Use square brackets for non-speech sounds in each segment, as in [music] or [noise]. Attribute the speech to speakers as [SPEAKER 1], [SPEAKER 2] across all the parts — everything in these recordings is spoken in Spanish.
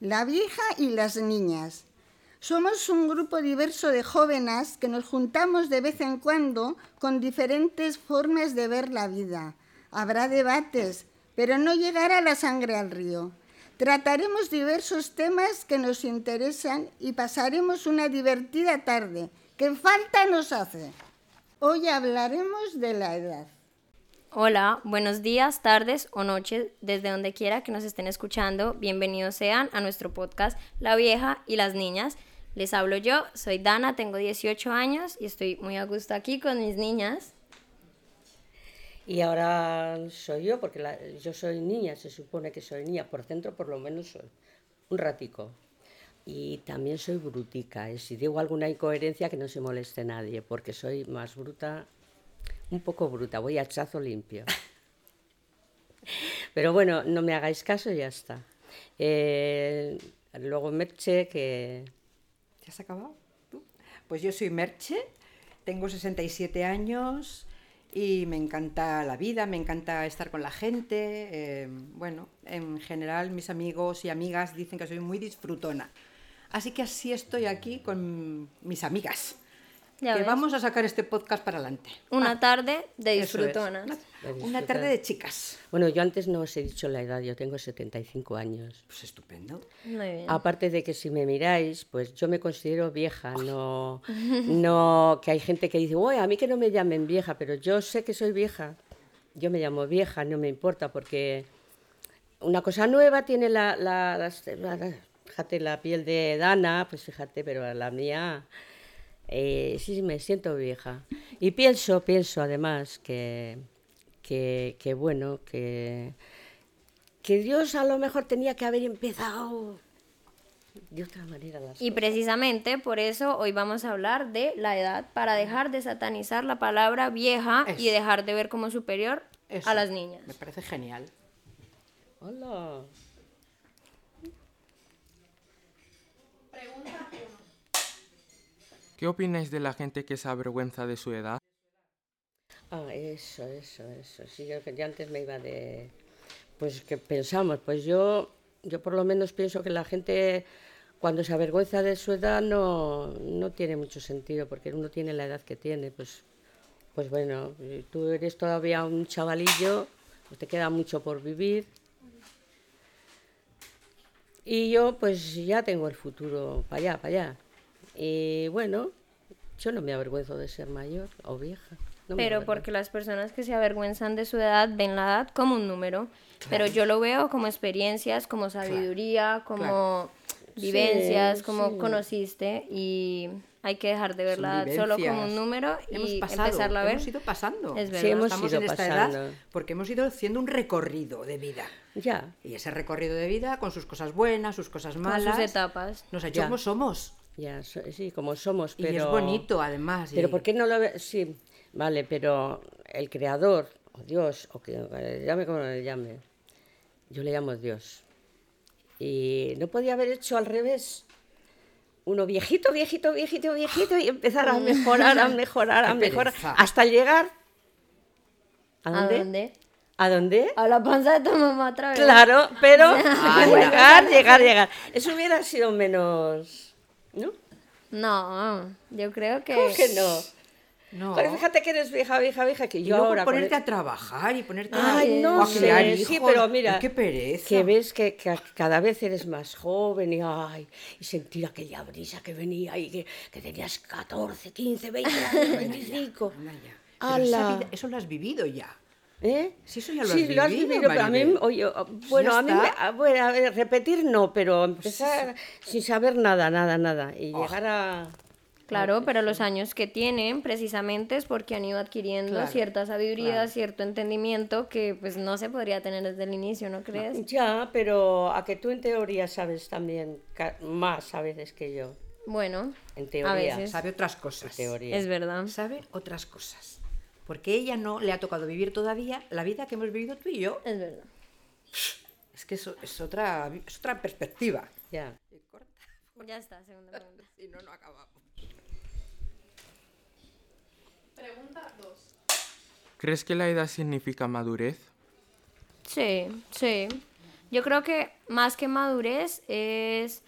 [SPEAKER 1] la vieja y las niñas. Somos un grupo diverso de jóvenes que nos juntamos de vez en cuando con diferentes formas de ver la vida. Habrá debates, pero no llegará la sangre al río. Trataremos diversos temas que nos interesan y pasaremos una divertida tarde, que falta nos hace. Hoy hablaremos de la edad.
[SPEAKER 2] Hola, buenos días, tardes o noches, desde donde quiera que nos estén escuchando. Bienvenidos sean a nuestro podcast La Vieja y las Niñas. Les hablo yo, soy Dana, tengo 18 años y estoy muy a gusto aquí con mis niñas.
[SPEAKER 3] Y ahora soy yo, porque la- yo soy niña, se supone que soy niña, por centro por lo menos soy, un ratico. Y también soy brutica, y si digo alguna incoherencia que no se moleste nadie, porque soy más bruta, un poco bruta, voy a hachazo limpio. Pero bueno, no me hagáis caso y ya está. Eh, luego Merche, que
[SPEAKER 4] ¿Ya has acabado tú? Pues yo soy Merche, tengo 67 años y me encanta la vida, me encanta estar con la gente. eh, bueno, en general mis amigos y amigas dicen que soy muy disfrutona. Así que así estoy aquí con mis amigas.
[SPEAKER 2] Ya
[SPEAKER 4] que
[SPEAKER 2] ves.
[SPEAKER 4] vamos a sacar este podcast para adelante.
[SPEAKER 2] Una tarde de
[SPEAKER 4] Eso es.
[SPEAKER 2] disfrutonas.
[SPEAKER 4] Una,
[SPEAKER 3] De
[SPEAKER 4] una tarde de chicas.
[SPEAKER 3] bueno, yo antes no os he dicho la edad, yo tengo 75 años.
[SPEAKER 4] Pues estupendo.
[SPEAKER 2] Muy bien.
[SPEAKER 3] Aparte de que si me miráis, pues yo me considero vieja, no, no que hay gente que dice, uy, a mí que no me llamen vieja, pero yo sé que soy vieja. Yo me llamo vieja, no me importa, porque una cosa nueva tiene la, la- las- la- fíjate, la piel de Dana, pues fíjate, pero la mía, eh, sí, sí, me siento vieja. Y pienso, pienso además que, que, que bueno, que, que Dios a lo mejor tenía que haber empezado de otra manera las
[SPEAKER 2] Y
[SPEAKER 3] cosas.
[SPEAKER 2] precisamente por eso hoy vamos a hablar de la edad, para dejar de satanizar la palabra vieja y
[SPEAKER 4] Eso.
[SPEAKER 2] dejar de ver como superior
[SPEAKER 4] Eso.
[SPEAKER 2] a las niñas.
[SPEAKER 4] Me parece genial.
[SPEAKER 3] Hola.
[SPEAKER 5] ¿Qué opináis de la gente que se avergüenza de su edad?
[SPEAKER 3] Ah, eso, eso, eso. Sí, yo, que- yo antes me iba de... Pues que pensamos, pues yo, yo por lo menos pienso que la gente cuando se avergüenza de su edad no, no tiene mucho sentido, porque uno tiene la edad que tiene, pues, pues bueno, eh, tú eres todavía un chavalillo, pues te queda mucho por vivir. Y yo pues ya tengo el futuro para allá, para allá. Y bueno, yo no me avergüenzo de ser mayor o vieja. no me
[SPEAKER 2] Pero
[SPEAKER 3] avergüenzo.
[SPEAKER 2] porque las personas que se avergüenzan de su edad ven la edad como un número, pero yo lo veo como experiencias, como sabiduría, como vivencias,
[SPEAKER 3] Sí,
[SPEAKER 2] como
[SPEAKER 3] sí.
[SPEAKER 2] conociste y hay que dejar de ver
[SPEAKER 4] Son
[SPEAKER 2] la edad solo como
[SPEAKER 4] vivencias.
[SPEAKER 2] un número
[SPEAKER 4] Hemos
[SPEAKER 2] y
[SPEAKER 4] pasado,
[SPEAKER 2] empezarla a ver.
[SPEAKER 4] Hemos ido pasando.
[SPEAKER 2] Es verdad.
[SPEAKER 3] Sí, hemos
[SPEAKER 4] Estamos
[SPEAKER 3] ido
[SPEAKER 4] en esta edad
[SPEAKER 3] pasando.
[SPEAKER 4] porque hemos ido haciendo un recorrido de vida.
[SPEAKER 3] Ya,
[SPEAKER 4] Y ese recorrido de vida, con sus cosas buenas, sus cosas
[SPEAKER 2] con
[SPEAKER 4] malas,
[SPEAKER 2] sus etapas.
[SPEAKER 4] nos ha hecho
[SPEAKER 3] Ya.
[SPEAKER 4] como somos.
[SPEAKER 3] ya, so- sí, como somos, pero...
[SPEAKER 4] Y es bonito, además. y-
[SPEAKER 3] Pero ¿por qué no lo ve? Sí, vale, pero el creador, o Dios, o que eh, llame como le llame, yo le llamo Dios. Y no podía haber hecho al revés. Uno viejito, viejito, viejito, viejito y empezar a mejorar, a mejorar, a
[SPEAKER 4] Mm. [laughs] Qué
[SPEAKER 3] mejorar,
[SPEAKER 4] pereza.
[SPEAKER 3] hasta llegar... ¿A
[SPEAKER 2] ¿A
[SPEAKER 3] dónde?
[SPEAKER 2] dónde?
[SPEAKER 3] ¿A dónde?
[SPEAKER 2] A la panza de tu mamá otra vez.
[SPEAKER 3] Claro, pero
[SPEAKER 4] [laughs] Ah,
[SPEAKER 3] llegar, llegar, llegar. Eso hubiera sido menos... ¿No?
[SPEAKER 2] No, yo creo que...
[SPEAKER 3] ¿Cómo que no?
[SPEAKER 4] No.
[SPEAKER 3] Pero fíjate que eres vieja, vieja, vieja, que
[SPEAKER 4] Y
[SPEAKER 3] yo
[SPEAKER 4] luego
[SPEAKER 3] ahora... con
[SPEAKER 4] ponerte
[SPEAKER 3] el-
[SPEAKER 4] a trabajar y ponerte a-
[SPEAKER 3] Ay,
[SPEAKER 4] o
[SPEAKER 3] no
[SPEAKER 4] a criar
[SPEAKER 3] sé, sí,
[SPEAKER 4] hijos.
[SPEAKER 3] pero mira,
[SPEAKER 4] Qué pereza.
[SPEAKER 3] que ves que, que cada vez eres más joven y, ay, y sentir aquella brisa que venía y que, que tenías 14, 15,
[SPEAKER 4] [laughs]
[SPEAKER 3] 20 años, 25.
[SPEAKER 4] Anda ya. Pero esa
[SPEAKER 3] ¡Hala!
[SPEAKER 4] vida- eso lo has vivido ya.
[SPEAKER 3] ¿Eh?
[SPEAKER 4] Sí, eso ya lo
[SPEAKER 3] Sí,
[SPEAKER 4] has
[SPEAKER 3] lo has
[SPEAKER 4] vivido,
[SPEAKER 3] vivido, pero a mí,
[SPEAKER 4] Maribel.
[SPEAKER 3] oye, o-
[SPEAKER 4] ya
[SPEAKER 3] bueno, a mí, me-
[SPEAKER 4] está.
[SPEAKER 3] a- bueno, a ver, repetir no, pero empezar sin saber nada, nada, nada,
[SPEAKER 4] Oh.
[SPEAKER 3] y llegar a...
[SPEAKER 2] Claro, pero los años que tienen precisamente es porque han ido adquiriendo
[SPEAKER 4] Claro,
[SPEAKER 2] cierta sabiduría, cierto entendimiento que pues no se podría tener desde el inicio, ¿no crees?
[SPEAKER 3] Ya, pero a que tú en teoría sabes también ca- más a veces que yo,
[SPEAKER 2] Bueno,
[SPEAKER 3] en teoría.
[SPEAKER 2] veces.
[SPEAKER 4] Sabe otras cosas.
[SPEAKER 3] Teoría.
[SPEAKER 2] es verdad.
[SPEAKER 4] Sabe otras cosas. Porque ella no le ha tocado vivir todavía la vida que hemos vivido tú y yo.
[SPEAKER 2] Es verdad.
[SPEAKER 4] Es que eso es otra, es otra perspectiva.
[SPEAKER 3] Ya.
[SPEAKER 2] Ya está, segunda pregunta.
[SPEAKER 4] Si no, no acabamos.
[SPEAKER 5] ¿Crees que la edad significa madurez?
[SPEAKER 2] Sí, sí. Yo creo que más que madurez es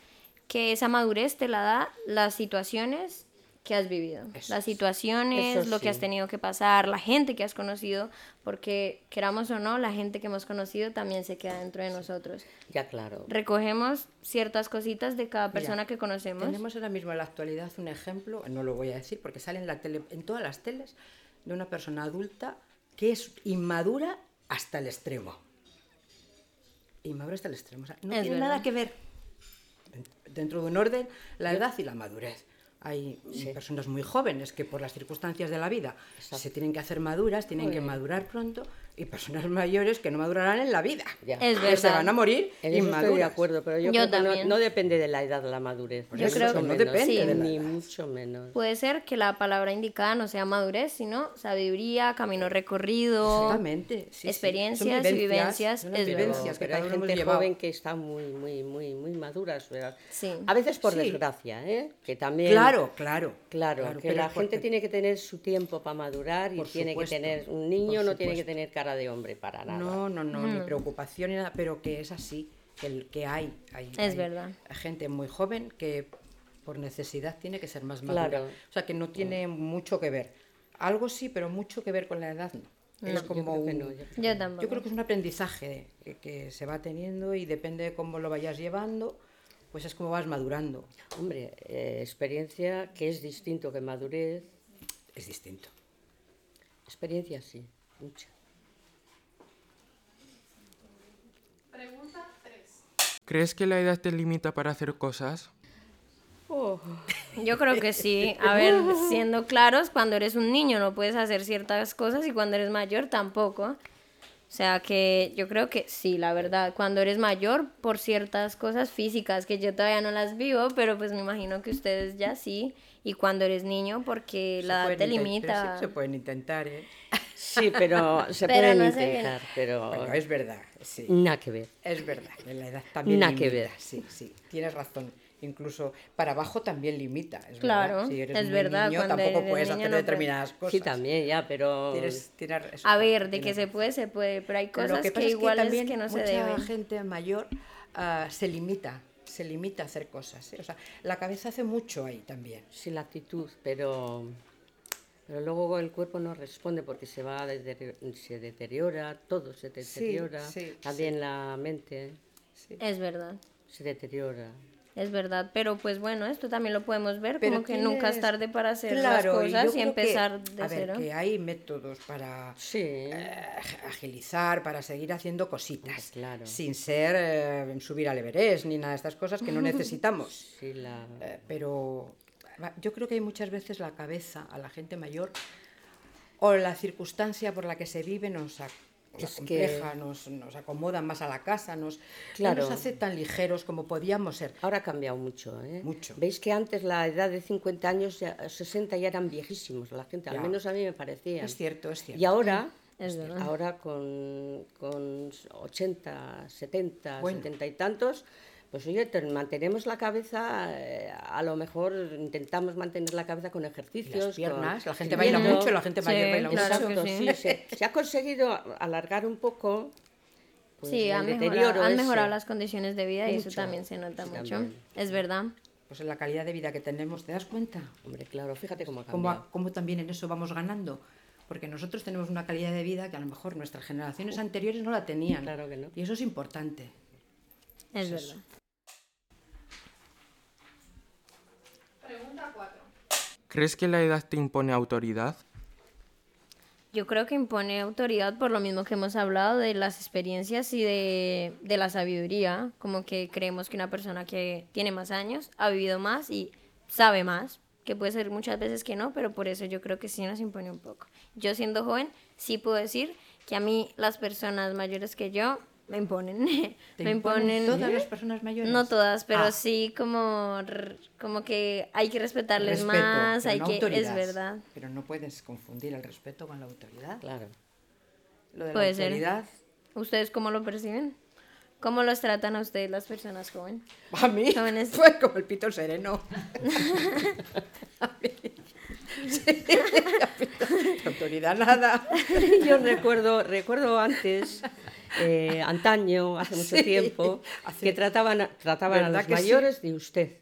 [SPEAKER 2] que esa madurez te la da las situaciones que has vivido, las situaciones,
[SPEAKER 3] Eso
[SPEAKER 2] lo que has
[SPEAKER 3] sí.
[SPEAKER 2] tenido que pasar, la gente que has conocido, porque queramos o no, la gente que hemos conocido también se queda dentro de nosotros.
[SPEAKER 3] Ya, claro.
[SPEAKER 2] Recogemos ciertas cositas de cada persona que conocemos.
[SPEAKER 4] Tenemos ahora mismo en la actualidad un ejemplo, no lo voy a decir porque sale en, la tele, en todas las teles, de una persona adulta que es inmadura hasta el extremo. Inmadura hasta el extremo. o sea, no
[SPEAKER 2] Es
[SPEAKER 4] tiene
[SPEAKER 2] verdad.
[SPEAKER 4] nada que ver dentro de un orden la edad y la madurez. Hay personas muy jóvenes que por las circunstancias de la vida se tienen que hacer maduras, tienen que madurar pronto, y personas [laughs] mayores que no madurarán en la vida.
[SPEAKER 3] Ya.
[SPEAKER 2] Es
[SPEAKER 4] Que se
[SPEAKER 2] verdad.
[SPEAKER 4] van a morir
[SPEAKER 3] En eso estoy de
[SPEAKER 4] inmaduras.
[SPEAKER 3] acuerdo, pero
[SPEAKER 2] Yo
[SPEAKER 3] yo, creo que no-
[SPEAKER 2] también.
[SPEAKER 3] no, depende de la edad la madurez.
[SPEAKER 4] Pues
[SPEAKER 3] ni
[SPEAKER 2] yo creo
[SPEAKER 3] mucho
[SPEAKER 2] que no
[SPEAKER 3] menos,
[SPEAKER 4] depende
[SPEAKER 2] Sí. de
[SPEAKER 4] la
[SPEAKER 3] Ni
[SPEAKER 4] edad.
[SPEAKER 3] mucho menos.
[SPEAKER 2] Puede ser que la palabra indicada no sea madurez, sino sabiduría, camino recorrido.
[SPEAKER 4] Exactamente. sí, sí. Son
[SPEAKER 2] experiencias y vivencias,
[SPEAKER 4] son
[SPEAKER 2] es
[SPEAKER 4] las
[SPEAKER 2] verdad.
[SPEAKER 4] vivencias que
[SPEAKER 3] Pero
[SPEAKER 4] cada
[SPEAKER 3] hay
[SPEAKER 4] uno hemos
[SPEAKER 3] gente
[SPEAKER 4] llevado.
[SPEAKER 3] joven que está muy, muy, muy, muy madura. a su edad.
[SPEAKER 2] Sí.
[SPEAKER 3] A veces por
[SPEAKER 4] Sí.
[SPEAKER 3] desgracia, ¿eh? Que también...
[SPEAKER 4] Claro, claro.
[SPEAKER 3] Claro, que
[SPEAKER 4] pero
[SPEAKER 3] la
[SPEAKER 4] porque-
[SPEAKER 3] gente tiene que tener su tiempo para madurar y
[SPEAKER 4] Por
[SPEAKER 3] tiene
[SPEAKER 4] supuesto,
[SPEAKER 3] que tener un niño
[SPEAKER 4] por
[SPEAKER 3] no tiene que
[SPEAKER 4] supuesto.
[SPEAKER 3] tener cara de hombre para nada.
[SPEAKER 4] No, no, no, ni preocupación ni nada, pero que es así, que, el, que hay, hay.
[SPEAKER 2] Es
[SPEAKER 4] hay
[SPEAKER 2] verdad.
[SPEAKER 4] Gente muy joven que por necesidad tiene que ser más madura.
[SPEAKER 3] Claro.
[SPEAKER 4] O sea, que no tiene mucho que ver. Algo sí, pero mucho que ver con la edad no. Es
[SPEAKER 3] Yo
[SPEAKER 4] como
[SPEAKER 3] creo que
[SPEAKER 4] un-
[SPEAKER 3] no, yo creo-
[SPEAKER 2] Yo tampoco.
[SPEAKER 4] Yo creo que es un aprendizaje que, que se va teniendo y depende de cómo lo vayas llevando, pues es como vas madurando.
[SPEAKER 3] Hombre, eh, experiencia que es distinto que madurez.
[SPEAKER 4] Es distinto.
[SPEAKER 3] Experiencia sí, mucha.
[SPEAKER 5] ¿Crees que la edad te limita para hacer cosas?
[SPEAKER 2] Yo creo que
[SPEAKER 4] [laughs]
[SPEAKER 2] sí. A ver, siendo claros, cuando eres un niño no puedes hacer ciertas cosas y cuando eres mayor tampoco. O sea que yo creo que sí, la verdad. Cuando eres mayor por ciertas cosas físicas que yo todavía no las vivo, pero pues me imagino que ustedes ya sí. Y cuando eres niño porque
[SPEAKER 4] Se
[SPEAKER 2] la edad
[SPEAKER 4] pueden
[SPEAKER 2] te
[SPEAKER 4] inten-
[SPEAKER 2] limita.
[SPEAKER 4] sí, se pueden intentar, ¿eh?
[SPEAKER 3] Sí, pero se
[SPEAKER 2] Pero
[SPEAKER 3] pueden
[SPEAKER 2] no se viene.
[SPEAKER 3] intentar, pero
[SPEAKER 4] Bueno,
[SPEAKER 2] Ah.
[SPEAKER 4] es verdad, sí.
[SPEAKER 2] Mm.
[SPEAKER 3] nada que ver.
[SPEAKER 4] Es verdad, que la edad también
[SPEAKER 3] Nada
[SPEAKER 4] limita.
[SPEAKER 3] que ver.
[SPEAKER 4] Sí, sí, tienes razón. Incluso para abajo también limita. Es
[SPEAKER 2] Claro,
[SPEAKER 4] verdad. Si eres
[SPEAKER 2] es
[SPEAKER 4] muy
[SPEAKER 2] verdad,
[SPEAKER 4] Niño,
[SPEAKER 2] cuando
[SPEAKER 4] tampoco
[SPEAKER 2] eres
[SPEAKER 4] puedes
[SPEAKER 2] niño
[SPEAKER 4] hacer
[SPEAKER 2] no
[SPEAKER 4] determinadas cosas.
[SPEAKER 3] Sí, también, ya, pero
[SPEAKER 4] Tienes, tienes eso,
[SPEAKER 2] A ver, de
[SPEAKER 4] tienes
[SPEAKER 2] que se
[SPEAKER 4] razón.
[SPEAKER 2] puede, se puede, pero hay
[SPEAKER 4] Lo
[SPEAKER 2] cosas que,
[SPEAKER 4] pasa es
[SPEAKER 2] igual es
[SPEAKER 4] también
[SPEAKER 2] que no se
[SPEAKER 4] mucha
[SPEAKER 2] deben.
[SPEAKER 4] gente mayor ah, se limita, se limita a hacer cosas. ¿eh? O sea, la cabeza hace mucho ahí también.
[SPEAKER 3] sí la actitud, pero pero luego el cuerpo no responde porque se va a deterior- se deteriora, todo se deteriora,
[SPEAKER 4] sí,
[SPEAKER 3] también la mente
[SPEAKER 4] Sí.
[SPEAKER 2] Es verdad.
[SPEAKER 3] se deteriora.
[SPEAKER 2] Es verdad, pero pues bueno, esto también lo podemos ver, como que nunca es
[SPEAKER 4] tienes-
[SPEAKER 2] tarde para hacer
[SPEAKER 4] Claro,
[SPEAKER 2] las
[SPEAKER 4] yo
[SPEAKER 2] cosas y,
[SPEAKER 4] creo que-
[SPEAKER 2] empezar de
[SPEAKER 4] a ver,
[SPEAKER 2] cero.
[SPEAKER 4] que hay métodos para
[SPEAKER 3] Sí.
[SPEAKER 4] ag- eh, agilizar, para seguir haciendo cositas.
[SPEAKER 3] Ah, Claro.
[SPEAKER 4] Sin ser eh, subir al Everest ni nada de estas cosas
[SPEAKER 3] [laughs]
[SPEAKER 4] que no necesitamos.
[SPEAKER 3] Sí, la...
[SPEAKER 4] Eh, pero va, yo creo que hay muchas veces la cabeza a la gente mayor o la circunstancia por la que se vive nos, a- nos
[SPEAKER 3] Es que-
[SPEAKER 4] acompleja, nos, nos acomoda más a la casa, nos, no
[SPEAKER 3] Claro.
[SPEAKER 4] nos hace tan ligeros como podíamos ser.
[SPEAKER 3] Ahora ha cambiado mucho, ¿eh?
[SPEAKER 4] Mucho.
[SPEAKER 3] Veis que antes la edad de 50 años, ya- 60 ya eran viejísimos la gente, al
[SPEAKER 4] Ya.
[SPEAKER 3] menos a mí me parecía.
[SPEAKER 4] Es cierto, es cierto.
[SPEAKER 3] Y ahora,
[SPEAKER 2] Es verdad.
[SPEAKER 3] ahora con, con 80, 70,
[SPEAKER 4] Bueno.
[SPEAKER 3] 70 y tantos, pues oye, te- mantenemos la cabeza, eh, a lo mejor intentamos mantener la cabeza con ejercicios.
[SPEAKER 4] las piernas,
[SPEAKER 3] con-
[SPEAKER 4] la gente baila
[SPEAKER 3] escribiendo.
[SPEAKER 4] mucho, la gente
[SPEAKER 2] Sí,
[SPEAKER 4] mayor baila
[SPEAKER 2] claro.
[SPEAKER 4] mucho.
[SPEAKER 3] Exacto,
[SPEAKER 2] que
[SPEAKER 3] sí,
[SPEAKER 2] sí.
[SPEAKER 3] se, se ha conseguido alargar un poco. pues,
[SPEAKER 2] sí,
[SPEAKER 3] el
[SPEAKER 2] han mejorado,
[SPEAKER 3] deterioro
[SPEAKER 2] han
[SPEAKER 3] ese.
[SPEAKER 2] mejorado las condiciones de vida y eso
[SPEAKER 3] Mucho.
[SPEAKER 2] también se nota
[SPEAKER 3] Sí,
[SPEAKER 2] mucho.
[SPEAKER 3] también.
[SPEAKER 2] Es verdad.
[SPEAKER 4] Pues la calidad de vida que tenemos, ¿te das cuenta?
[SPEAKER 3] Hombre, claro, fíjate cómo ha
[SPEAKER 4] cómo,
[SPEAKER 3] cambiado.
[SPEAKER 4] a- cómo también en eso vamos ganando. Porque nosotros tenemos una calidad de vida que a lo mejor nuestras generaciones anteriores no la tenían.
[SPEAKER 3] Claro que no.
[SPEAKER 4] Y eso es importante.
[SPEAKER 2] Es verdad.
[SPEAKER 5] ¿Crees que la edad te impone autoridad?
[SPEAKER 2] Yo creo que impone autoridad por lo mismo que hemos hablado de las experiencias y de, de la sabiduría, como que creemos que una persona que tiene más años ha vivido más y sabe más, que puede ser muchas veces que no, pero por eso yo creo que sí nos impone un poco. Yo siendo joven sí puedo decir que a mí las personas mayores que yo me imponen, [laughs]
[SPEAKER 4] ¿Te
[SPEAKER 2] me imponen
[SPEAKER 4] todas las personas mayores?
[SPEAKER 2] no todas, pero
[SPEAKER 4] Ah,
[SPEAKER 2] sí como r- como que hay que respetarles
[SPEAKER 4] respeto,
[SPEAKER 2] más,
[SPEAKER 4] pero
[SPEAKER 2] hay
[SPEAKER 4] no
[SPEAKER 2] que es
[SPEAKER 4] autoridad.
[SPEAKER 2] verdad.
[SPEAKER 4] Pero no puedes confundir el respeto con la autoridad.
[SPEAKER 3] Claro.
[SPEAKER 4] Lo de
[SPEAKER 2] Puede
[SPEAKER 4] la
[SPEAKER 2] ser.
[SPEAKER 4] autoridad.
[SPEAKER 2] ¿Ustedes cómo lo perciben? ¿Cómo los tratan a ustedes las personas jóvenes?
[SPEAKER 4] A mí
[SPEAKER 2] Jóvenes.
[SPEAKER 4] [laughs] fue como el
[SPEAKER 2] [laughs]
[SPEAKER 4] pito sereno. [laughs] A mí. Sí, [laughs] a mí. autoridad nada.
[SPEAKER 3] [laughs] Yo recuerdo, recuerdo antes eh, antaño, hace mucho
[SPEAKER 4] Sí,
[SPEAKER 3] tiempo,
[SPEAKER 4] hace-
[SPEAKER 3] que trataban a, trataban a
[SPEAKER 4] ¿Verdad
[SPEAKER 3] los
[SPEAKER 4] que sí?
[SPEAKER 3] mayores de usted.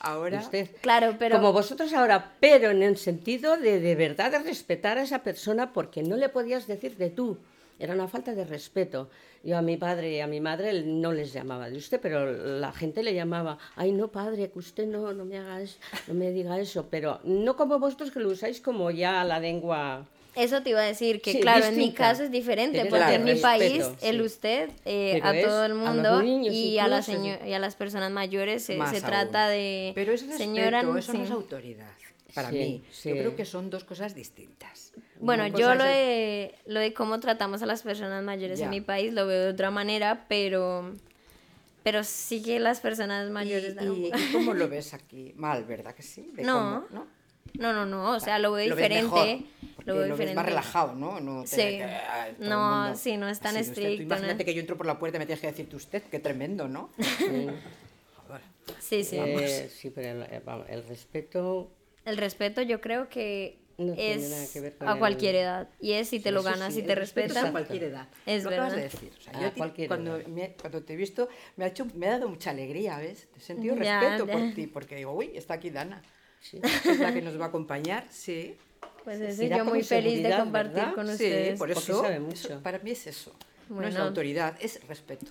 [SPEAKER 4] Ahora,
[SPEAKER 3] Usted.
[SPEAKER 2] Claro, pero-
[SPEAKER 3] Como vosotros ahora, pero en el sentido de de verdad de respetar a esa persona porque no le podías decir de tú. Era una falta de respeto. Yo a mi padre y a mi madre no les llamaba de usted, pero la gente le llamaba, ay no padre, que usted no, no me haga eso, no me diga eso, pero no como vosotros que lo usáis como ya la lengua.
[SPEAKER 2] Eso te iba a decir, que
[SPEAKER 3] Sí,
[SPEAKER 2] claro, en mi
[SPEAKER 3] distinta.
[SPEAKER 2] caso es diferente,
[SPEAKER 3] Pero
[SPEAKER 2] porque
[SPEAKER 4] claro,
[SPEAKER 2] en mi
[SPEAKER 4] respeto,
[SPEAKER 2] país
[SPEAKER 3] sí.
[SPEAKER 2] el usted eh,
[SPEAKER 3] Pero
[SPEAKER 2] a
[SPEAKER 3] es
[SPEAKER 2] todo
[SPEAKER 3] a
[SPEAKER 2] el
[SPEAKER 3] los
[SPEAKER 2] mundo
[SPEAKER 3] niños
[SPEAKER 2] y a, las
[SPEAKER 3] incluso, sí.
[SPEAKER 2] seño- y a las personas mayores se,
[SPEAKER 4] más
[SPEAKER 2] se
[SPEAKER 4] aún.
[SPEAKER 2] trata de
[SPEAKER 4] Pero es respeto,
[SPEAKER 2] señora,
[SPEAKER 4] eso no
[SPEAKER 2] sí.
[SPEAKER 4] es autoridad. Para
[SPEAKER 3] Sí,
[SPEAKER 4] mí,
[SPEAKER 3] sí.
[SPEAKER 4] yo creo que son dos cosas distintas.
[SPEAKER 2] Bueno,
[SPEAKER 4] Una
[SPEAKER 2] yo
[SPEAKER 4] cosa
[SPEAKER 2] lo
[SPEAKER 4] es el-
[SPEAKER 2] de, lo de cómo tratamos a las personas mayores
[SPEAKER 4] Ya.
[SPEAKER 2] en mi país lo veo de otra manera, pero, pero sí que las personas mayores
[SPEAKER 4] ¿Y,
[SPEAKER 2] dan un
[SPEAKER 4] y-
[SPEAKER 2] poco-
[SPEAKER 4] y cómo lo ves aquí? Mal, ¿verdad que sí? De
[SPEAKER 2] No.
[SPEAKER 4] cómo, ¿no?
[SPEAKER 2] [laughs] No, no, no, o sea, lo veo
[SPEAKER 4] ves
[SPEAKER 2] diferente.
[SPEAKER 4] mejor, porque
[SPEAKER 2] lo veo
[SPEAKER 4] ves
[SPEAKER 2] diferente.
[SPEAKER 4] más relajado, ¿no? no
[SPEAKER 2] Sí.
[SPEAKER 4] tener que, ah, todo el
[SPEAKER 2] No,
[SPEAKER 4] mundo
[SPEAKER 2] sí, no es tan
[SPEAKER 4] así, usted. Tú
[SPEAKER 2] estricto, ¿no?
[SPEAKER 4] Imagínate que yo entro por la puerta y me tienes que decirte usted, qué tremendo,
[SPEAKER 2] [laughs]
[SPEAKER 4] ¿no?
[SPEAKER 2] Sí, sí.
[SPEAKER 3] Eh, sí, pero el, eh, vamos, el respeto
[SPEAKER 2] El respeto yo creo que
[SPEAKER 3] No tiene nada
[SPEAKER 2] es
[SPEAKER 3] que ver con
[SPEAKER 2] a
[SPEAKER 3] el-
[SPEAKER 2] cualquier edad. Y es si te lo
[SPEAKER 3] eso
[SPEAKER 2] ganas,
[SPEAKER 3] sí,
[SPEAKER 2] si te
[SPEAKER 3] el respeto
[SPEAKER 4] Respeto a
[SPEAKER 2] respetan.
[SPEAKER 4] cualquier edad.
[SPEAKER 2] Es
[SPEAKER 4] lo acabas de
[SPEAKER 2] verdad.
[SPEAKER 4] decir. O sea,
[SPEAKER 3] A
[SPEAKER 4] yo a ti-
[SPEAKER 3] cualquier
[SPEAKER 4] cuando,
[SPEAKER 3] edad.
[SPEAKER 4] me- cuando te he visto, me ha, hecho, me ha dado mucha alegría, ¿ves? Te he sentido
[SPEAKER 2] Ya,
[SPEAKER 4] respeto
[SPEAKER 2] ya.
[SPEAKER 4] por ti, porque digo, uy, está aquí Dana.
[SPEAKER 3] sí,
[SPEAKER 4] [laughs] Es la que nos va a acompañar, sí.
[SPEAKER 2] Pues eso,
[SPEAKER 3] da
[SPEAKER 2] yo
[SPEAKER 3] como
[SPEAKER 2] muy feliz de
[SPEAKER 3] seguridad,
[SPEAKER 2] compartir
[SPEAKER 3] ¿verdad?
[SPEAKER 2] con
[SPEAKER 4] sí,
[SPEAKER 2] ustedes.
[SPEAKER 4] por
[SPEAKER 3] Porque
[SPEAKER 4] eso,
[SPEAKER 3] sabe
[SPEAKER 4] eso
[SPEAKER 3] mucho.
[SPEAKER 4] para mí es eso. No es
[SPEAKER 2] Bueno.
[SPEAKER 4] autoridad, es respeto.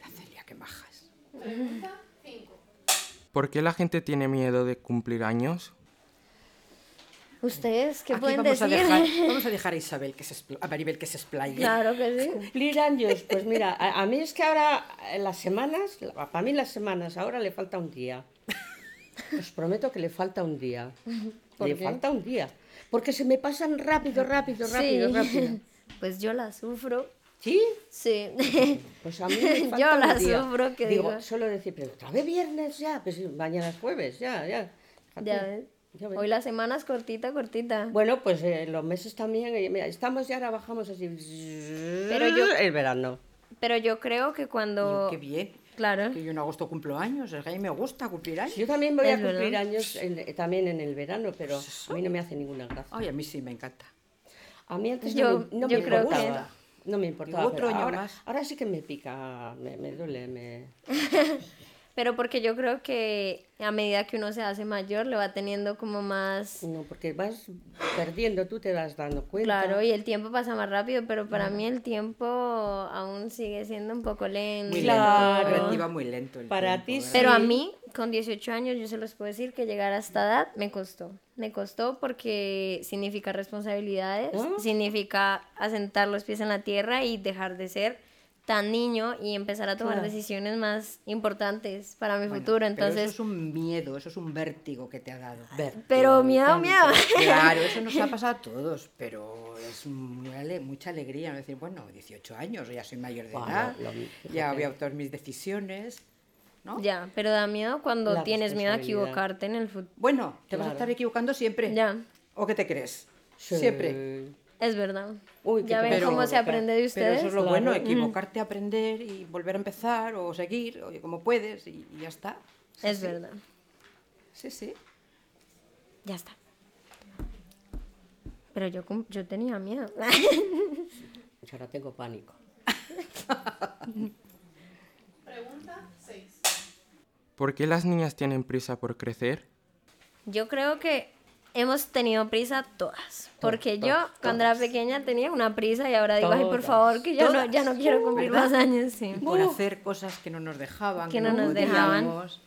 [SPEAKER 4] La Celia, qué majas.
[SPEAKER 5] ¿Por qué la gente tiene miedo de cumplir años?
[SPEAKER 2] ¿Ustedes qué
[SPEAKER 4] Aquí
[SPEAKER 2] pueden
[SPEAKER 4] vamos
[SPEAKER 2] decir?
[SPEAKER 4] a, dejar, vamos a dejar a Isabel que se expl- a Maribel que se
[SPEAKER 2] [laughs]
[SPEAKER 4] explaye.
[SPEAKER 2] claro que sí.
[SPEAKER 3] Cumplir años, pues mira, a, a mí es que ahora eh, las semanas, la- para mí las semanas, ahora le falta un día. Os prometo que le falta un día. Le falta un día. Porque se me pasan rápido, rápido, rápido,
[SPEAKER 2] Sí.
[SPEAKER 3] rápido.
[SPEAKER 2] [laughs] Pues yo la sufro.
[SPEAKER 3] ¿Sí?
[SPEAKER 2] Sí. [laughs]
[SPEAKER 3] Pues a mí me falta
[SPEAKER 2] Yo
[SPEAKER 3] un
[SPEAKER 2] la
[SPEAKER 3] día.
[SPEAKER 2] sufro, que digo-
[SPEAKER 3] solo decir, pero otra vez viernes ya, pues mañana es jueves, ya, ya. Fíjate,
[SPEAKER 2] ya ves.
[SPEAKER 3] ya ves.
[SPEAKER 2] Hoy la semana es cortita, cortita.
[SPEAKER 3] Bueno, pues eh, los meses también, eh, mira, estamos ya, ahora bajamos así. Pero
[SPEAKER 2] yo-
[SPEAKER 3] El verano.
[SPEAKER 2] Pero yo creo que cuando.
[SPEAKER 4] Digo, Qué bien.
[SPEAKER 2] Claro.
[SPEAKER 4] Que yo en agosto cumplo años, es que a mí me gusta cumplir años.
[SPEAKER 3] Yo también voy
[SPEAKER 2] Es
[SPEAKER 3] a cumplir
[SPEAKER 2] verdad.
[SPEAKER 3] años en- eh, también en el verano, pero a mí no me hace ninguna gracia.
[SPEAKER 4] Ay, a mí sí me encanta.
[SPEAKER 3] A mí antes
[SPEAKER 2] Yo-
[SPEAKER 3] no me, no
[SPEAKER 2] yo
[SPEAKER 3] me
[SPEAKER 2] creo que-
[SPEAKER 3] importaba. No me importaba.
[SPEAKER 4] Digo, otro
[SPEAKER 3] pero
[SPEAKER 4] año
[SPEAKER 3] ahora,
[SPEAKER 4] más.
[SPEAKER 3] ahora sí que me pica, me, me duele. Me...
[SPEAKER 2] Pero porque yo creo que a medida que uno se hace mayor, le va teniendo como más.
[SPEAKER 3] No, porque vas perdiendo, tú te vas dando cuenta.
[SPEAKER 2] Claro, y el tiempo pasa más rápido, pero para mí el tiempo aún sigue siendo un poco lento.
[SPEAKER 4] Muy
[SPEAKER 3] Claro.
[SPEAKER 4] lento, eh. para ti va muy lento. el
[SPEAKER 3] Para
[SPEAKER 4] tiempo, ¿eh?
[SPEAKER 3] ti
[SPEAKER 4] ¿verdad?
[SPEAKER 2] Pero a
[SPEAKER 3] Sí.
[SPEAKER 2] mí, con 18 años, yo se los puedo decir que llegar a esta edad me costó. Me costó porque significa responsabilidades,
[SPEAKER 4] ¿Oh?
[SPEAKER 3] ¿Ah?
[SPEAKER 2] significa asentar los pies en la tierra y dejar de ser tan niño y empezar a tomar
[SPEAKER 3] Claro.
[SPEAKER 2] decisiones más importantes para mi
[SPEAKER 4] Bueno,
[SPEAKER 2] futuro.
[SPEAKER 4] pero
[SPEAKER 2] Entonces,
[SPEAKER 4] eso es un miedo, eso es un vértigo que te ha dado.
[SPEAKER 2] pero, miedo, miedo.
[SPEAKER 4] [laughs] Claro, eso nos ha pasado a todos, pero es muy ale- mucha alegría ¿no? decir, bueno, 18 años, ya soy mayor de
[SPEAKER 3] Bueno,
[SPEAKER 4] edad,
[SPEAKER 3] lo-
[SPEAKER 4] ya
[SPEAKER 3] fíjate.
[SPEAKER 4] voy a tomar mis decisiones, ¿no?
[SPEAKER 2] ya, pero da miedo cuando
[SPEAKER 3] La
[SPEAKER 2] tienes miedo a
[SPEAKER 3] responsabilidad.
[SPEAKER 2] equivocarte en el futuro.
[SPEAKER 4] Bueno, te vas a
[SPEAKER 3] Claro.
[SPEAKER 4] estar equivocando siempre.
[SPEAKER 2] Ya.
[SPEAKER 4] ¿O qué te crees?
[SPEAKER 3] Sí.
[SPEAKER 4] Siempre.
[SPEAKER 2] Es verdad.
[SPEAKER 3] Uy,
[SPEAKER 2] ya
[SPEAKER 3] qué
[SPEAKER 2] ven
[SPEAKER 3] pena.
[SPEAKER 2] cómo se
[SPEAKER 3] Pero-
[SPEAKER 2] aprende de
[SPEAKER 4] Pero
[SPEAKER 2] ustedes.
[SPEAKER 4] eso es lo
[SPEAKER 3] Claro.
[SPEAKER 4] bueno, equivocarte, aprender y volver a empezar o seguir, o como puedes, y, y ya está. Sí,
[SPEAKER 2] Es
[SPEAKER 4] sí.
[SPEAKER 2] verdad.
[SPEAKER 4] Sí, sí.
[SPEAKER 2] Ya está. Pero yo, cum- yo tenía miedo. [laughs]
[SPEAKER 3] Yo ahora tengo pánico.
[SPEAKER 5] ¿Por qué las niñas tienen prisa por crecer?
[SPEAKER 2] yo creo que hemos tenido prisa todas. Porque yo,
[SPEAKER 3] todas,
[SPEAKER 2] cuando era pequeña, tenía una prisa y ahora digo, ay, por
[SPEAKER 3] Todas,
[SPEAKER 2] favor, que ya no, ya no quiero cumplir
[SPEAKER 4] ¿verdad?
[SPEAKER 2] más años. Sí.
[SPEAKER 4] Por hacer cosas que no nos dejaban,
[SPEAKER 2] Que no nos dejaban.
[SPEAKER 4] podíamos.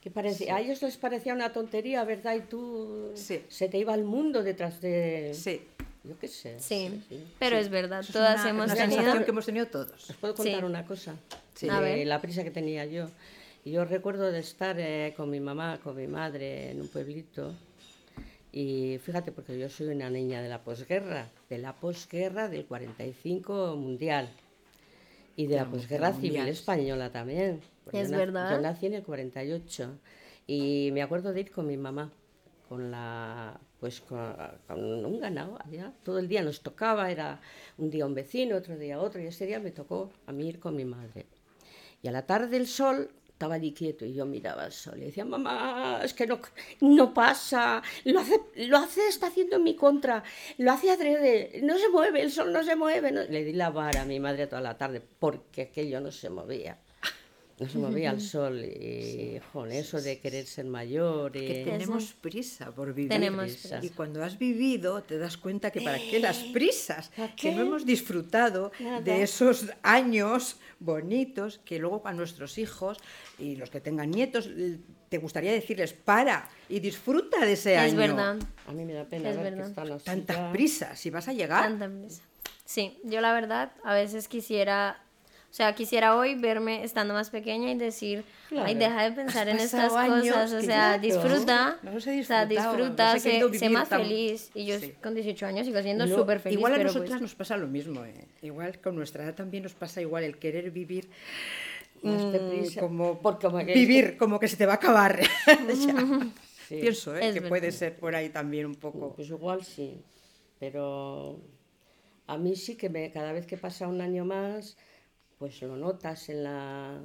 [SPEAKER 3] Que parecía, A ellos les parecía una tontería, ¿verdad? Y tú
[SPEAKER 4] Sí.
[SPEAKER 3] se te iba el mundo detrás de...
[SPEAKER 4] Sí.
[SPEAKER 3] Yo qué sé.
[SPEAKER 2] Sí,
[SPEAKER 3] sí.
[SPEAKER 2] pero es verdad,
[SPEAKER 4] Eso es
[SPEAKER 2] todas
[SPEAKER 4] una-
[SPEAKER 2] hemos
[SPEAKER 4] una
[SPEAKER 2] tenido.
[SPEAKER 4] sensación que hemos tenido todos.
[SPEAKER 3] ¿Os puedo contar
[SPEAKER 2] Sí.
[SPEAKER 3] una cosa?
[SPEAKER 4] Sí.
[SPEAKER 2] A
[SPEAKER 3] De
[SPEAKER 2] ver.
[SPEAKER 3] La prisa que tenía yo. Y Yo recuerdo de estar eh, con mi mamá, con mi madre, en un pueblito. Y fíjate, porque yo soy una niña de la posguerra, de la posguerra del 45 mundial. Y de la posguerra civil
[SPEAKER 4] mundial.
[SPEAKER 3] española también. porque
[SPEAKER 2] Es
[SPEAKER 3] yo nac-
[SPEAKER 2] verdad.
[SPEAKER 3] Yo nací en el 48. Y me acuerdo de ir con mi mamá, con la pues con, con un ganado allá. Todo el día nos tocaba, era un día un vecino, otro día otro, y ese día me tocó a mí ir con mi madre. Y a la tarde el sol estaba allí quieto y yo miraba al sol y decía, mamá, es que no, no pasa, lo hace, lo hace, está haciendo en mi contra, lo hace adrede, no se mueve, el sol no se mueve. no". Le di la vara a mi madre toda la tarde porque aquello no se movía. No se movía al sol
[SPEAKER 2] [laughs]
[SPEAKER 3] y, joder, eso de querer ser mayor. y-
[SPEAKER 4] Que tenemos prisa por vivir.
[SPEAKER 2] Tenemos
[SPEAKER 3] prisa.
[SPEAKER 4] Y cuando has vivido, te das cuenta que para qué las prisas, que no hemos disfrutado de esos años bonitos que luego a nuestros hijos y los que tengan nietos, l- te gustaría decirles, para y disfruta de ese año.
[SPEAKER 2] Es verdad.
[SPEAKER 3] A mí me da pena
[SPEAKER 2] Es
[SPEAKER 3] ver que
[SPEAKER 2] verdad.
[SPEAKER 3] están así
[SPEAKER 4] Tantas
[SPEAKER 3] ya.
[SPEAKER 4] prisas, si vas a llegar.
[SPEAKER 2] Tanta prisa. Sí, yo la verdad a veces quisiera, o sea, quisiera hoy verme estando más pequeña y decir, ay,
[SPEAKER 3] Claro.
[SPEAKER 2] deja de pensar
[SPEAKER 4] Has
[SPEAKER 2] en estas
[SPEAKER 4] pasado años
[SPEAKER 2] cosas, o
[SPEAKER 4] que
[SPEAKER 2] sea,
[SPEAKER 4] claro,
[SPEAKER 2] disfruta,
[SPEAKER 4] no los he
[SPEAKER 2] o sea,
[SPEAKER 4] disfrutado,
[SPEAKER 2] disfruta,
[SPEAKER 4] los he
[SPEAKER 2] sé,
[SPEAKER 4] querido
[SPEAKER 2] sé
[SPEAKER 4] vivir
[SPEAKER 2] más
[SPEAKER 4] tan-
[SPEAKER 2] feliz. Y yo
[SPEAKER 4] Sí.
[SPEAKER 2] con 18 años sigo siendo
[SPEAKER 4] Lo-
[SPEAKER 2] súper feliz.
[SPEAKER 4] Igual a
[SPEAKER 2] pero
[SPEAKER 4] nosotras
[SPEAKER 2] pues-
[SPEAKER 4] nos pasa lo mismo, ¿eh? igual con nuestra edad también nos pasa igual el querer vivir
[SPEAKER 3] Más
[SPEAKER 4] mm,
[SPEAKER 3] deprisa.
[SPEAKER 4] como
[SPEAKER 3] Porque como que-
[SPEAKER 4] vivir como que se te va a acabar. [laughs] Ya.
[SPEAKER 3] Sí.
[SPEAKER 4] Pienso ¿eh?
[SPEAKER 2] Es
[SPEAKER 4] que
[SPEAKER 2] verdad.
[SPEAKER 4] puede ser por ahí también un poco.
[SPEAKER 3] Pues igual sí, pero a mí sí que me, cada vez que pasa un año más, pues lo notas en la,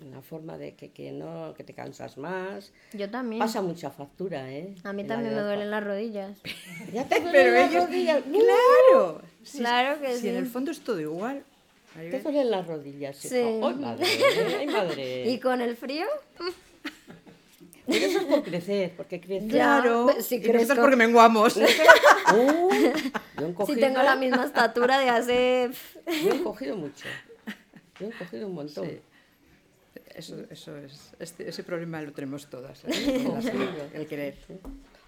[SPEAKER 3] en la forma de que, que no, que te cansas más.
[SPEAKER 2] Yo también.
[SPEAKER 3] Pasa mucha factura, ¿eh?
[SPEAKER 2] A mí
[SPEAKER 3] El
[SPEAKER 2] también me
[SPEAKER 3] año
[SPEAKER 2] duelen las rodillas.
[SPEAKER 3] pa- Ya te duelen
[SPEAKER 4] Pero
[SPEAKER 3] las
[SPEAKER 4] ellos,
[SPEAKER 3] rodillas. ¡uh!
[SPEAKER 4] claro, si,
[SPEAKER 2] Claro que
[SPEAKER 4] si en
[SPEAKER 2] sí.
[SPEAKER 4] el fondo es todo igual.
[SPEAKER 3] Te
[SPEAKER 4] Maribel.
[SPEAKER 3] duelen las rodillas,
[SPEAKER 2] Sí.
[SPEAKER 3] hija. ¡Ay, madre! ¡Ay,
[SPEAKER 4] Eh,
[SPEAKER 3] madre!
[SPEAKER 2] ¿Y con el frío?
[SPEAKER 3] Pero eso es por crecer, porque crecer...
[SPEAKER 4] Claro,
[SPEAKER 2] Ya, si
[SPEAKER 4] y nosotros
[SPEAKER 2] crezco.
[SPEAKER 4] porque menguamos.
[SPEAKER 3] ¡Uh! Yo he
[SPEAKER 2] Si
[SPEAKER 3] encogido-
[SPEAKER 2] tengo la misma estatura de hace...
[SPEAKER 3] Yo he cogido mucho. Yo he cogido un montón.
[SPEAKER 4] Sí. Eso, eso es, este- ese problema lo tenemos todas, ¿eh? el, hacer, el querer.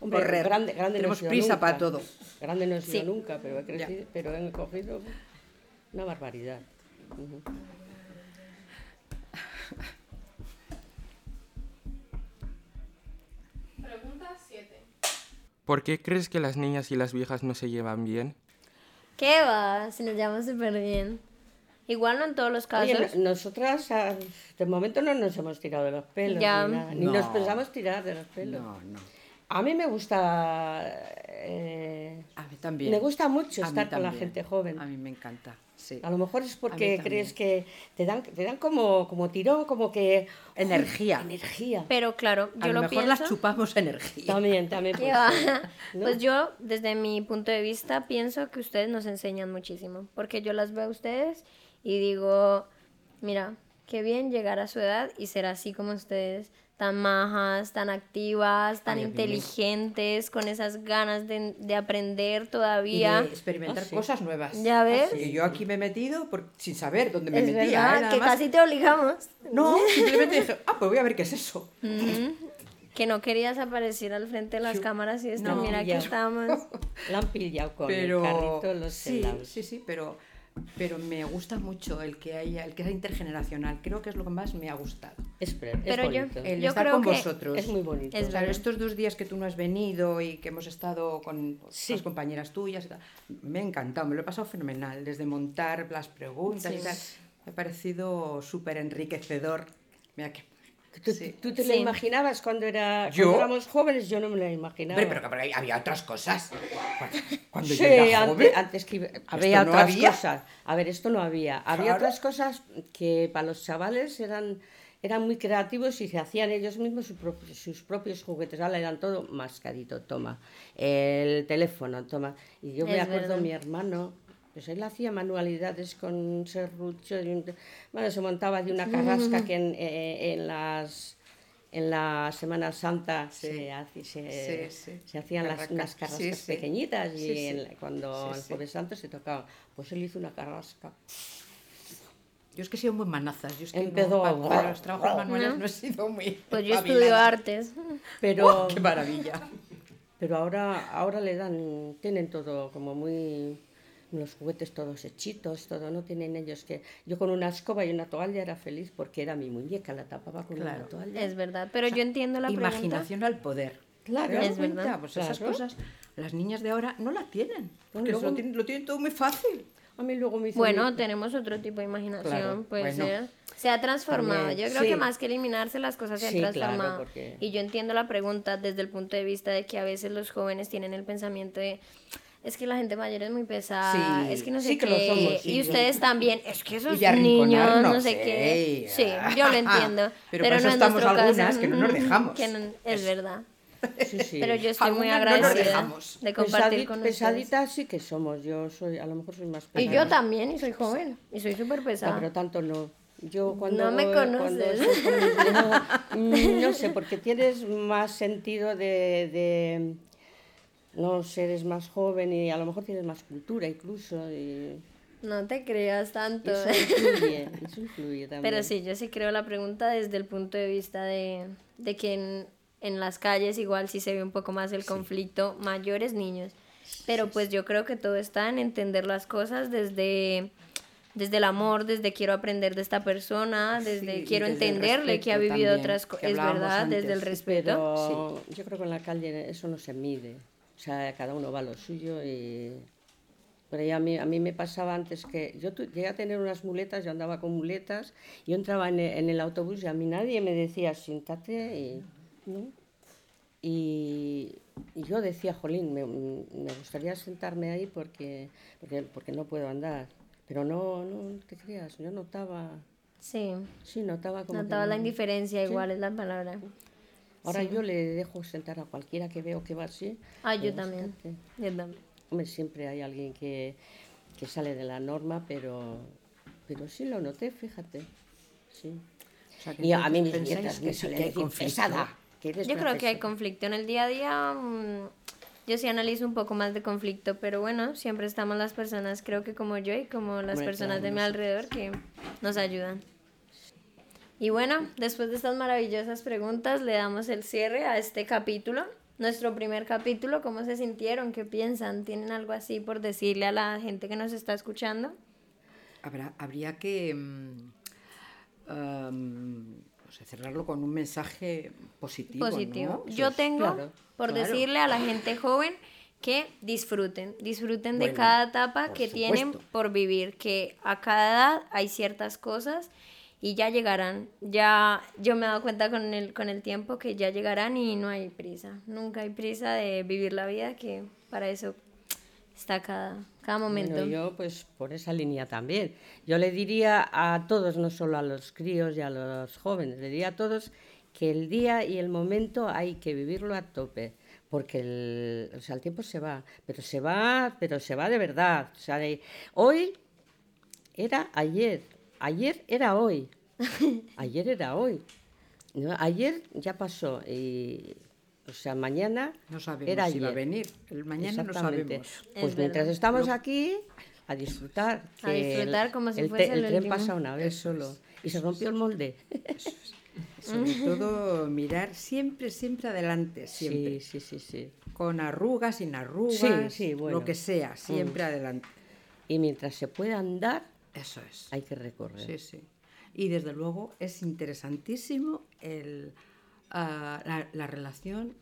[SPEAKER 3] Hombre,
[SPEAKER 4] Correr.
[SPEAKER 3] grande, grande no he
[SPEAKER 4] Tenemos
[SPEAKER 3] sido
[SPEAKER 4] prisa
[SPEAKER 3] nunca.
[SPEAKER 4] para todo.
[SPEAKER 3] Grande no he sido
[SPEAKER 2] Sí.
[SPEAKER 3] nunca, pero he crecido, pero he cogido una barbaridad. Ujú.
[SPEAKER 5] ¿Por qué crees que las niñas y las viejas no se llevan bien?
[SPEAKER 2] ¿Qué va? Si nos llevamos súper bien. Igual no en todos los casos.
[SPEAKER 3] Oye, no- nosotras ah, de momento no nos hemos tirado de los pelos,
[SPEAKER 2] Ya.
[SPEAKER 3] ni, nada, ni
[SPEAKER 4] No.
[SPEAKER 3] nos pensamos tirar de los pelos.
[SPEAKER 4] No, no.
[SPEAKER 3] A mí me gusta, eh,
[SPEAKER 4] A mí también.
[SPEAKER 3] me gusta mucho
[SPEAKER 4] A mí
[SPEAKER 3] estar con la
[SPEAKER 4] también.
[SPEAKER 3] gente joven.
[SPEAKER 4] A mí me encanta, sí.
[SPEAKER 3] A lo mejor es
[SPEAKER 4] mí
[SPEAKER 3] porque
[SPEAKER 4] también.
[SPEAKER 3] crees que te dan, te dan como, como tirón, como que
[SPEAKER 4] Energía.
[SPEAKER 3] energía.
[SPEAKER 2] Pero claro, yo
[SPEAKER 4] a lo,
[SPEAKER 2] lo,
[SPEAKER 4] mejor
[SPEAKER 2] pienso...
[SPEAKER 4] las chupamos energía.
[SPEAKER 3] También,
[SPEAKER 2] [laughs]
[SPEAKER 4] Pues
[SPEAKER 3] también.
[SPEAKER 2] ¿Qué
[SPEAKER 3] puede
[SPEAKER 2] va?
[SPEAKER 3] ser, ¿no?
[SPEAKER 2] Pues yo, desde mi punto de vista, pienso que ustedes nos enseñan muchísimo, porque yo las veo a ustedes y digo, mira, qué bien llegar a su edad y ser así como ustedes, tan majas, tan activas, tan
[SPEAKER 4] Ay, a mí me-
[SPEAKER 2] inteligentes, con esas ganas de, de aprender
[SPEAKER 4] Y
[SPEAKER 2] todavía.
[SPEAKER 4] de experimentar
[SPEAKER 3] Ah, sí.
[SPEAKER 4] cosas nuevas.
[SPEAKER 2] Ya ves,
[SPEAKER 4] Y yo aquí me he metido por- sin saber dónde me
[SPEAKER 2] es
[SPEAKER 4] metía. ¿eh?
[SPEAKER 2] verdad,
[SPEAKER 4] Nada
[SPEAKER 2] que
[SPEAKER 4] más.
[SPEAKER 2] casi te obligamos, [laughs]
[SPEAKER 4] No, simplemente dije, ah, pues voy a ver qué es eso.
[SPEAKER 2] que no querías aparecer al frente de las cámaras y esto,
[SPEAKER 3] No,
[SPEAKER 2] mira que
[SPEAKER 3] ya.
[SPEAKER 4] [laughs]
[SPEAKER 2] estamos.
[SPEAKER 3] La han pillado con el
[SPEAKER 4] pero
[SPEAKER 3] carrito de los
[SPEAKER 4] sí,
[SPEAKER 3] helados.
[SPEAKER 4] sí, sí, pero pero me gusta mucho el que haya, el que sea intergeneracional. Creo que es lo que más me ha gustado.
[SPEAKER 3] Es, pre- es
[SPEAKER 2] Pero yo- Eh,
[SPEAKER 3] bonito.
[SPEAKER 4] El
[SPEAKER 2] Yo
[SPEAKER 4] estar
[SPEAKER 2] creo
[SPEAKER 4] con
[SPEAKER 2] que
[SPEAKER 4] vosotros.
[SPEAKER 3] Es muy bonito.
[SPEAKER 2] Es
[SPEAKER 4] O sea,
[SPEAKER 2] verdad.
[SPEAKER 4] Pues estos dos días que tú no has venido y que hemos estado con
[SPEAKER 3] Sí.
[SPEAKER 4] las compañeras tuyas, y tal, me ha encantado, me lo he pasado fenomenal, desde montar las preguntas y tal. Me ha parecido súper enriquecedor. Mira que...
[SPEAKER 3] ¿Tú,
[SPEAKER 4] sí.
[SPEAKER 3] tú te lo
[SPEAKER 2] Sí.
[SPEAKER 3] imaginabas cuando, era,
[SPEAKER 4] ¿Yo?
[SPEAKER 3] cuando éramos jóvenes? Yo no me lo imaginaba.
[SPEAKER 4] Hombre, pero que por ahí había otras cosas. Cuando- Cuando
[SPEAKER 3] Sí,
[SPEAKER 4] yo era
[SPEAKER 3] ante-
[SPEAKER 4] joven,
[SPEAKER 3] antes, que iba- había
[SPEAKER 4] no
[SPEAKER 3] otras
[SPEAKER 4] había.
[SPEAKER 3] cosas. A ver, esto no había. Había
[SPEAKER 4] Claro.
[SPEAKER 3] otras cosas que para los chavales eran, eran muy creativos y se hacían ellos mismos su propio- sus propios juguetes. Ahora eran todo mascarito, toma. El teléfono, toma. Y yo me
[SPEAKER 2] Es
[SPEAKER 3] acuerdo
[SPEAKER 2] verdad.
[SPEAKER 3] mi hermano. Pues él hacía manualidades con un serrucho y un... Bueno, se montaba de
[SPEAKER 4] [laughs]
[SPEAKER 3] una carrasca que en, eh, en las... En la Semana Santa se, hace- se-
[SPEAKER 4] Sí, sí.
[SPEAKER 3] se hacían las,
[SPEAKER 4] Carrasca.
[SPEAKER 3] unas carrascas
[SPEAKER 4] Sí, sí.
[SPEAKER 3] pequeñitas y
[SPEAKER 4] Sí, sí.
[SPEAKER 3] en la- cuando
[SPEAKER 4] Sí,
[SPEAKER 3] el
[SPEAKER 4] sí.
[SPEAKER 3] Jueves Santo se tocaba, pues él hizo una carrasca.
[SPEAKER 4] Yo es que he sido muy manazas. Yo es que
[SPEAKER 3] Empezó
[SPEAKER 4] no,
[SPEAKER 3] a-
[SPEAKER 4] pa- para, los trabajos manuales no. he sido muy.
[SPEAKER 2] Pues yo
[SPEAKER 4] espabilada.
[SPEAKER 2] estudio artes.
[SPEAKER 3] Pero,
[SPEAKER 4] ¡Qué maravilla!
[SPEAKER 3] pero ahora, ahora le dan, tienen todo como muy los juguetes todos hechitos, todo, no tienen ellos que... Yo con una escoba y una toalla era feliz porque era mi muñeca, la tapaba con una
[SPEAKER 4] Claro.
[SPEAKER 3] toalla.
[SPEAKER 2] Es verdad, pero yo entiendo la pregunta.
[SPEAKER 4] Imaginación al poder.
[SPEAKER 3] Claro,
[SPEAKER 4] ¿Te das
[SPEAKER 2] es
[SPEAKER 4] cuenta?
[SPEAKER 2] verdad.
[SPEAKER 4] Pues esas
[SPEAKER 3] Claro.
[SPEAKER 4] cosas las niñas de ahora no la tienen.
[SPEAKER 3] Bueno,
[SPEAKER 4] que
[SPEAKER 3] luego-
[SPEAKER 4] lo, tienen, lo tienen todo muy fácil.
[SPEAKER 3] A mí luego me hizo
[SPEAKER 2] Bueno,
[SPEAKER 4] [laughs]
[SPEAKER 3] mi-
[SPEAKER 2] tenemos otro tipo de imaginación,
[SPEAKER 4] Claro,
[SPEAKER 2] puede
[SPEAKER 4] bueno.
[SPEAKER 2] ser. Se ha transformado.
[SPEAKER 3] También,
[SPEAKER 2] Yo creo
[SPEAKER 3] sí.
[SPEAKER 2] que más que eliminarse las cosas se
[SPEAKER 3] Sí,
[SPEAKER 2] han
[SPEAKER 3] claro,
[SPEAKER 2] transformado.
[SPEAKER 3] porque-
[SPEAKER 2] Y yo entiendo la pregunta desde el punto de vista de que a veces los jóvenes tienen el pensamiento de Es que la gente mayor es muy pesada,
[SPEAKER 4] Sí,
[SPEAKER 2] es que no sé
[SPEAKER 4] sí que
[SPEAKER 2] qué.
[SPEAKER 4] lo somos, sí,
[SPEAKER 2] y
[SPEAKER 4] yo-
[SPEAKER 2] ustedes también, es que esos
[SPEAKER 4] Y de
[SPEAKER 2] niños,
[SPEAKER 4] arrinconarnos,
[SPEAKER 2] no sé qué.
[SPEAKER 4] ey.
[SPEAKER 2] Sí, yo lo entiendo.
[SPEAKER 4] [laughs] Pero para eso
[SPEAKER 2] no es
[SPEAKER 4] estamos
[SPEAKER 2] nuestro caso.
[SPEAKER 4] algunas que no nos dejamos.
[SPEAKER 2] Que no- es verdad.
[SPEAKER 3] Sí, sí.
[SPEAKER 2] Pero yo estoy muy
[SPEAKER 4] Algunas no nos
[SPEAKER 2] agradecida
[SPEAKER 4] dejamos.
[SPEAKER 2] de compartir
[SPEAKER 3] Pesadi-
[SPEAKER 2] con ustedes.
[SPEAKER 3] Pesaditas sí que somos. Yo soy, a lo mejor soy más
[SPEAKER 2] Y
[SPEAKER 3] pesada.
[SPEAKER 2] yo también, y soy joven, y soy súper
[SPEAKER 3] No,
[SPEAKER 2] pesada.
[SPEAKER 3] pero tanto no. Yo cuando
[SPEAKER 2] No me
[SPEAKER 3] voy-
[SPEAKER 2] conoces.
[SPEAKER 3] cuando
[SPEAKER 2] [laughs]
[SPEAKER 3] estoy con mis- no, mm, no sé, porque tienes más sentido de, de- no sé, eres más joven y a lo mejor tienes más cultura incluso y
[SPEAKER 2] No te creas tanto.
[SPEAKER 3] eso influye, eso influye
[SPEAKER 2] [laughs]
[SPEAKER 3] también.
[SPEAKER 2] Pero sí, yo sí creo la pregunta desde el punto de vista de, de que en, en las calles igual sí se ve un poco más el conflicto mayores niños. Pero pues yo creo que todo está en entender las cosas desde, desde el amor, desde quiero aprender de esta persona, desde
[SPEAKER 4] Sí, y
[SPEAKER 2] quiero
[SPEAKER 4] desde el
[SPEAKER 2] entenderle que ha
[SPEAKER 4] respeto
[SPEAKER 2] vivido
[SPEAKER 4] también,
[SPEAKER 2] otras
[SPEAKER 4] que
[SPEAKER 2] cosas, es
[SPEAKER 4] hablábamos
[SPEAKER 2] verdad,
[SPEAKER 4] antes.
[SPEAKER 2] desde el
[SPEAKER 4] Sí,
[SPEAKER 2] respeto.
[SPEAKER 3] Pero yo creo que en la calle eso no se mide. O sea, cada uno va a lo suyo y... Pero ya a, mí, a mí me pasaba antes que yo tu- llegué a tener unas muletas, yo andaba con muletas, yo entraba en e- en el, autobús y a mí nadie me decía siéntate y, ¿no? y, y yo decía, jolín, me, me gustaría sentarme ahí porque, porque, porque no puedo andar. Pero no, no, no te creas, yo notaba,
[SPEAKER 2] Sí,
[SPEAKER 3] sí, notaba como que
[SPEAKER 2] notaba la
[SPEAKER 3] no-
[SPEAKER 2] indiferencia, igual es la palabra.
[SPEAKER 3] Ahora yo le dejo sentar a cualquiera que veo que va así.
[SPEAKER 2] Ah, yo
[SPEAKER 3] Pero
[SPEAKER 2] también.
[SPEAKER 3] fíjate,
[SPEAKER 2] Yo también.
[SPEAKER 3] Hombre, siempre hay alguien que, que sale de la norma, pero, pero sí lo noté, fíjate. Sí.
[SPEAKER 4] O sea, que
[SPEAKER 3] Y a mí mis
[SPEAKER 4] entonces
[SPEAKER 3] nietas
[SPEAKER 4] pensáis que
[SPEAKER 3] me
[SPEAKER 4] sí
[SPEAKER 3] suelen
[SPEAKER 4] que hay
[SPEAKER 3] decir,
[SPEAKER 4] conflicto.
[SPEAKER 3] pesada. que eres
[SPEAKER 2] Yo
[SPEAKER 3] una
[SPEAKER 2] creo que hay
[SPEAKER 3] pesada".
[SPEAKER 2] conflicto en el día a día. mm, Yo sí analizo un poco más de conflicto, pero bueno, siempre estamos las personas, creo que como yo y como las
[SPEAKER 3] Hombre,
[SPEAKER 2] personas de
[SPEAKER 3] claro,
[SPEAKER 2] mi
[SPEAKER 3] nosotros.
[SPEAKER 2] alrededor que nos ayudan. Y bueno, después de estas maravillosas preguntas, le damos el cierre a este capítulo. Nuestro primer capítulo, ¿cómo se sintieron? ¿Qué piensan? ¿Tienen algo así por decirle a la gente que nos está escuchando?
[SPEAKER 4] Habrá- habría que mm, am, o sea, cerrarlo con un mensaje positivo.
[SPEAKER 2] positivo.
[SPEAKER 4] ¿no?
[SPEAKER 2] Yo
[SPEAKER 4] Eso es-
[SPEAKER 2] tengo
[SPEAKER 3] claro,
[SPEAKER 2] por
[SPEAKER 4] claro.
[SPEAKER 2] decirle a la gente joven que disfruten, disfruten de
[SPEAKER 4] Bueno,
[SPEAKER 2] cada etapa
[SPEAKER 4] por
[SPEAKER 2] que
[SPEAKER 4] supuesto.
[SPEAKER 2] tienen por vivir, que a cada edad hay ciertas cosas y ya llegarán. Ya yo me he dado cuenta con el con el tiempo que ya llegarán y no hay prisa. Nunca hay prisa de vivir la vida que para eso está cada cada
[SPEAKER 3] Bueno,
[SPEAKER 2] momento.
[SPEAKER 3] yo, pues por esa línea también. Yo le diría a todos, no solo a los críos y a los jóvenes, le diría a todos que el día y el momento hay que vivirlo a tope. Porque el, o sea, el tiempo se va, pero se va, pero se va de verdad. O sea, de- hoy era ayer, ayer era hoy, ayer era hoy. ¿no? Ayer ya pasó y, o sea, mañana
[SPEAKER 4] No sabemos
[SPEAKER 3] era
[SPEAKER 4] si va a
[SPEAKER 3] ayer.
[SPEAKER 4] venir. El mañana no
[SPEAKER 3] Exactamente.
[SPEAKER 4] sabemos.
[SPEAKER 3] Pues
[SPEAKER 2] Es
[SPEAKER 3] mientras
[SPEAKER 2] verdad.
[SPEAKER 3] estamos aquí, a disfrutar.
[SPEAKER 2] A
[SPEAKER 3] que el-
[SPEAKER 2] disfrutar como si
[SPEAKER 3] el,
[SPEAKER 2] fuese
[SPEAKER 3] te-
[SPEAKER 2] el
[SPEAKER 3] el tren
[SPEAKER 2] último.
[SPEAKER 3] pasa una vez
[SPEAKER 4] Eso
[SPEAKER 3] solo.
[SPEAKER 4] es,
[SPEAKER 3] Y se rompió el
[SPEAKER 2] [laughs]
[SPEAKER 3] molde.
[SPEAKER 4] Sobre todo mirar siempre, siempre adelante, siempre.
[SPEAKER 3] Sí, sí, sí, sí.
[SPEAKER 4] Con arrugas, sin arrugas,
[SPEAKER 3] Sí, sí, bueno. Mm.
[SPEAKER 4] lo que sea, siempre adelante.
[SPEAKER 3] Y mientras se pueda andar,
[SPEAKER 4] Eso es.
[SPEAKER 3] hay que recorrer.
[SPEAKER 4] Sí, sí. Y desde luego es interesantísimo el, ah, la, la relación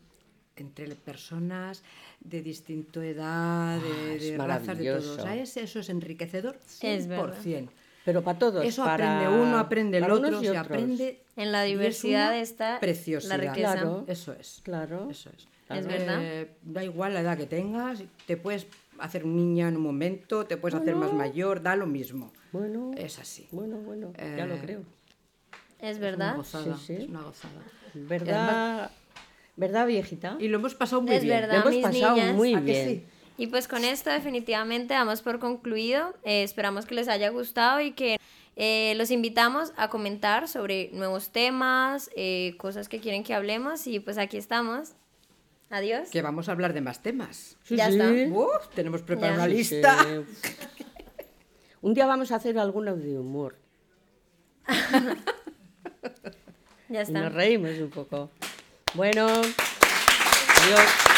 [SPEAKER 4] entre personas de distinta edad, de,
[SPEAKER 3] Ah, es
[SPEAKER 4] de razas, de todos.
[SPEAKER 3] maravilloso.
[SPEAKER 4] O sea, es- eso es enriquecedor 100%.
[SPEAKER 2] Es verdad.
[SPEAKER 3] Pero para todos.
[SPEAKER 4] Eso
[SPEAKER 3] para-
[SPEAKER 4] aprende uno, aprende el
[SPEAKER 3] para
[SPEAKER 4] otro,
[SPEAKER 3] unos y
[SPEAKER 4] se
[SPEAKER 3] otros.
[SPEAKER 4] aprende.
[SPEAKER 2] En la
[SPEAKER 4] y es
[SPEAKER 2] diversidad
[SPEAKER 4] una
[SPEAKER 2] está la
[SPEAKER 4] preciosidad.
[SPEAKER 2] riqueza.
[SPEAKER 3] Claro.
[SPEAKER 4] Eso es.
[SPEAKER 3] Claro.
[SPEAKER 4] Eso es.
[SPEAKER 2] Claro. Es verdad.
[SPEAKER 4] Eh, da igual la edad que tengas, te puedes hacer niña en un momento, te puedes hacer más mayor, da lo mismo.
[SPEAKER 3] Bueno,
[SPEAKER 4] Es así.
[SPEAKER 3] bueno, bueno, ya lo
[SPEAKER 4] Eh,
[SPEAKER 3] creo.
[SPEAKER 2] Es
[SPEAKER 4] Una
[SPEAKER 2] verdad.
[SPEAKER 4] gozada,
[SPEAKER 3] Sí, sí.
[SPEAKER 4] es una gozada.
[SPEAKER 3] ¿Verdad, ¿verdad viejita?
[SPEAKER 4] Y lo hemos pasado muy
[SPEAKER 2] Es
[SPEAKER 4] bien.
[SPEAKER 2] verdad.
[SPEAKER 3] Lo hemos
[SPEAKER 2] mis
[SPEAKER 3] pasado
[SPEAKER 2] niñas,
[SPEAKER 3] muy
[SPEAKER 4] ¿a que
[SPEAKER 3] bien.
[SPEAKER 4] sí?
[SPEAKER 2] Y pues con esto definitivamente damos por concluido. Eh, esperamos que les haya gustado y que eh, los invitamos a comentar sobre nuevos temas, eh, cosas que quieren que hablemos y pues aquí estamos. Adiós.
[SPEAKER 4] Que vamos a hablar de más temas.
[SPEAKER 3] Sí,
[SPEAKER 2] Ya está.
[SPEAKER 3] sí.
[SPEAKER 4] Uf, tenemos preparada
[SPEAKER 2] Ya.
[SPEAKER 4] una
[SPEAKER 3] Sí,
[SPEAKER 4] lista.
[SPEAKER 3] sí. [laughs] Un día vamos a hacer alguno de humor.
[SPEAKER 2] Ya
[SPEAKER 3] Y
[SPEAKER 2] está.
[SPEAKER 3] nos reímos un poco. Bueno, adiós.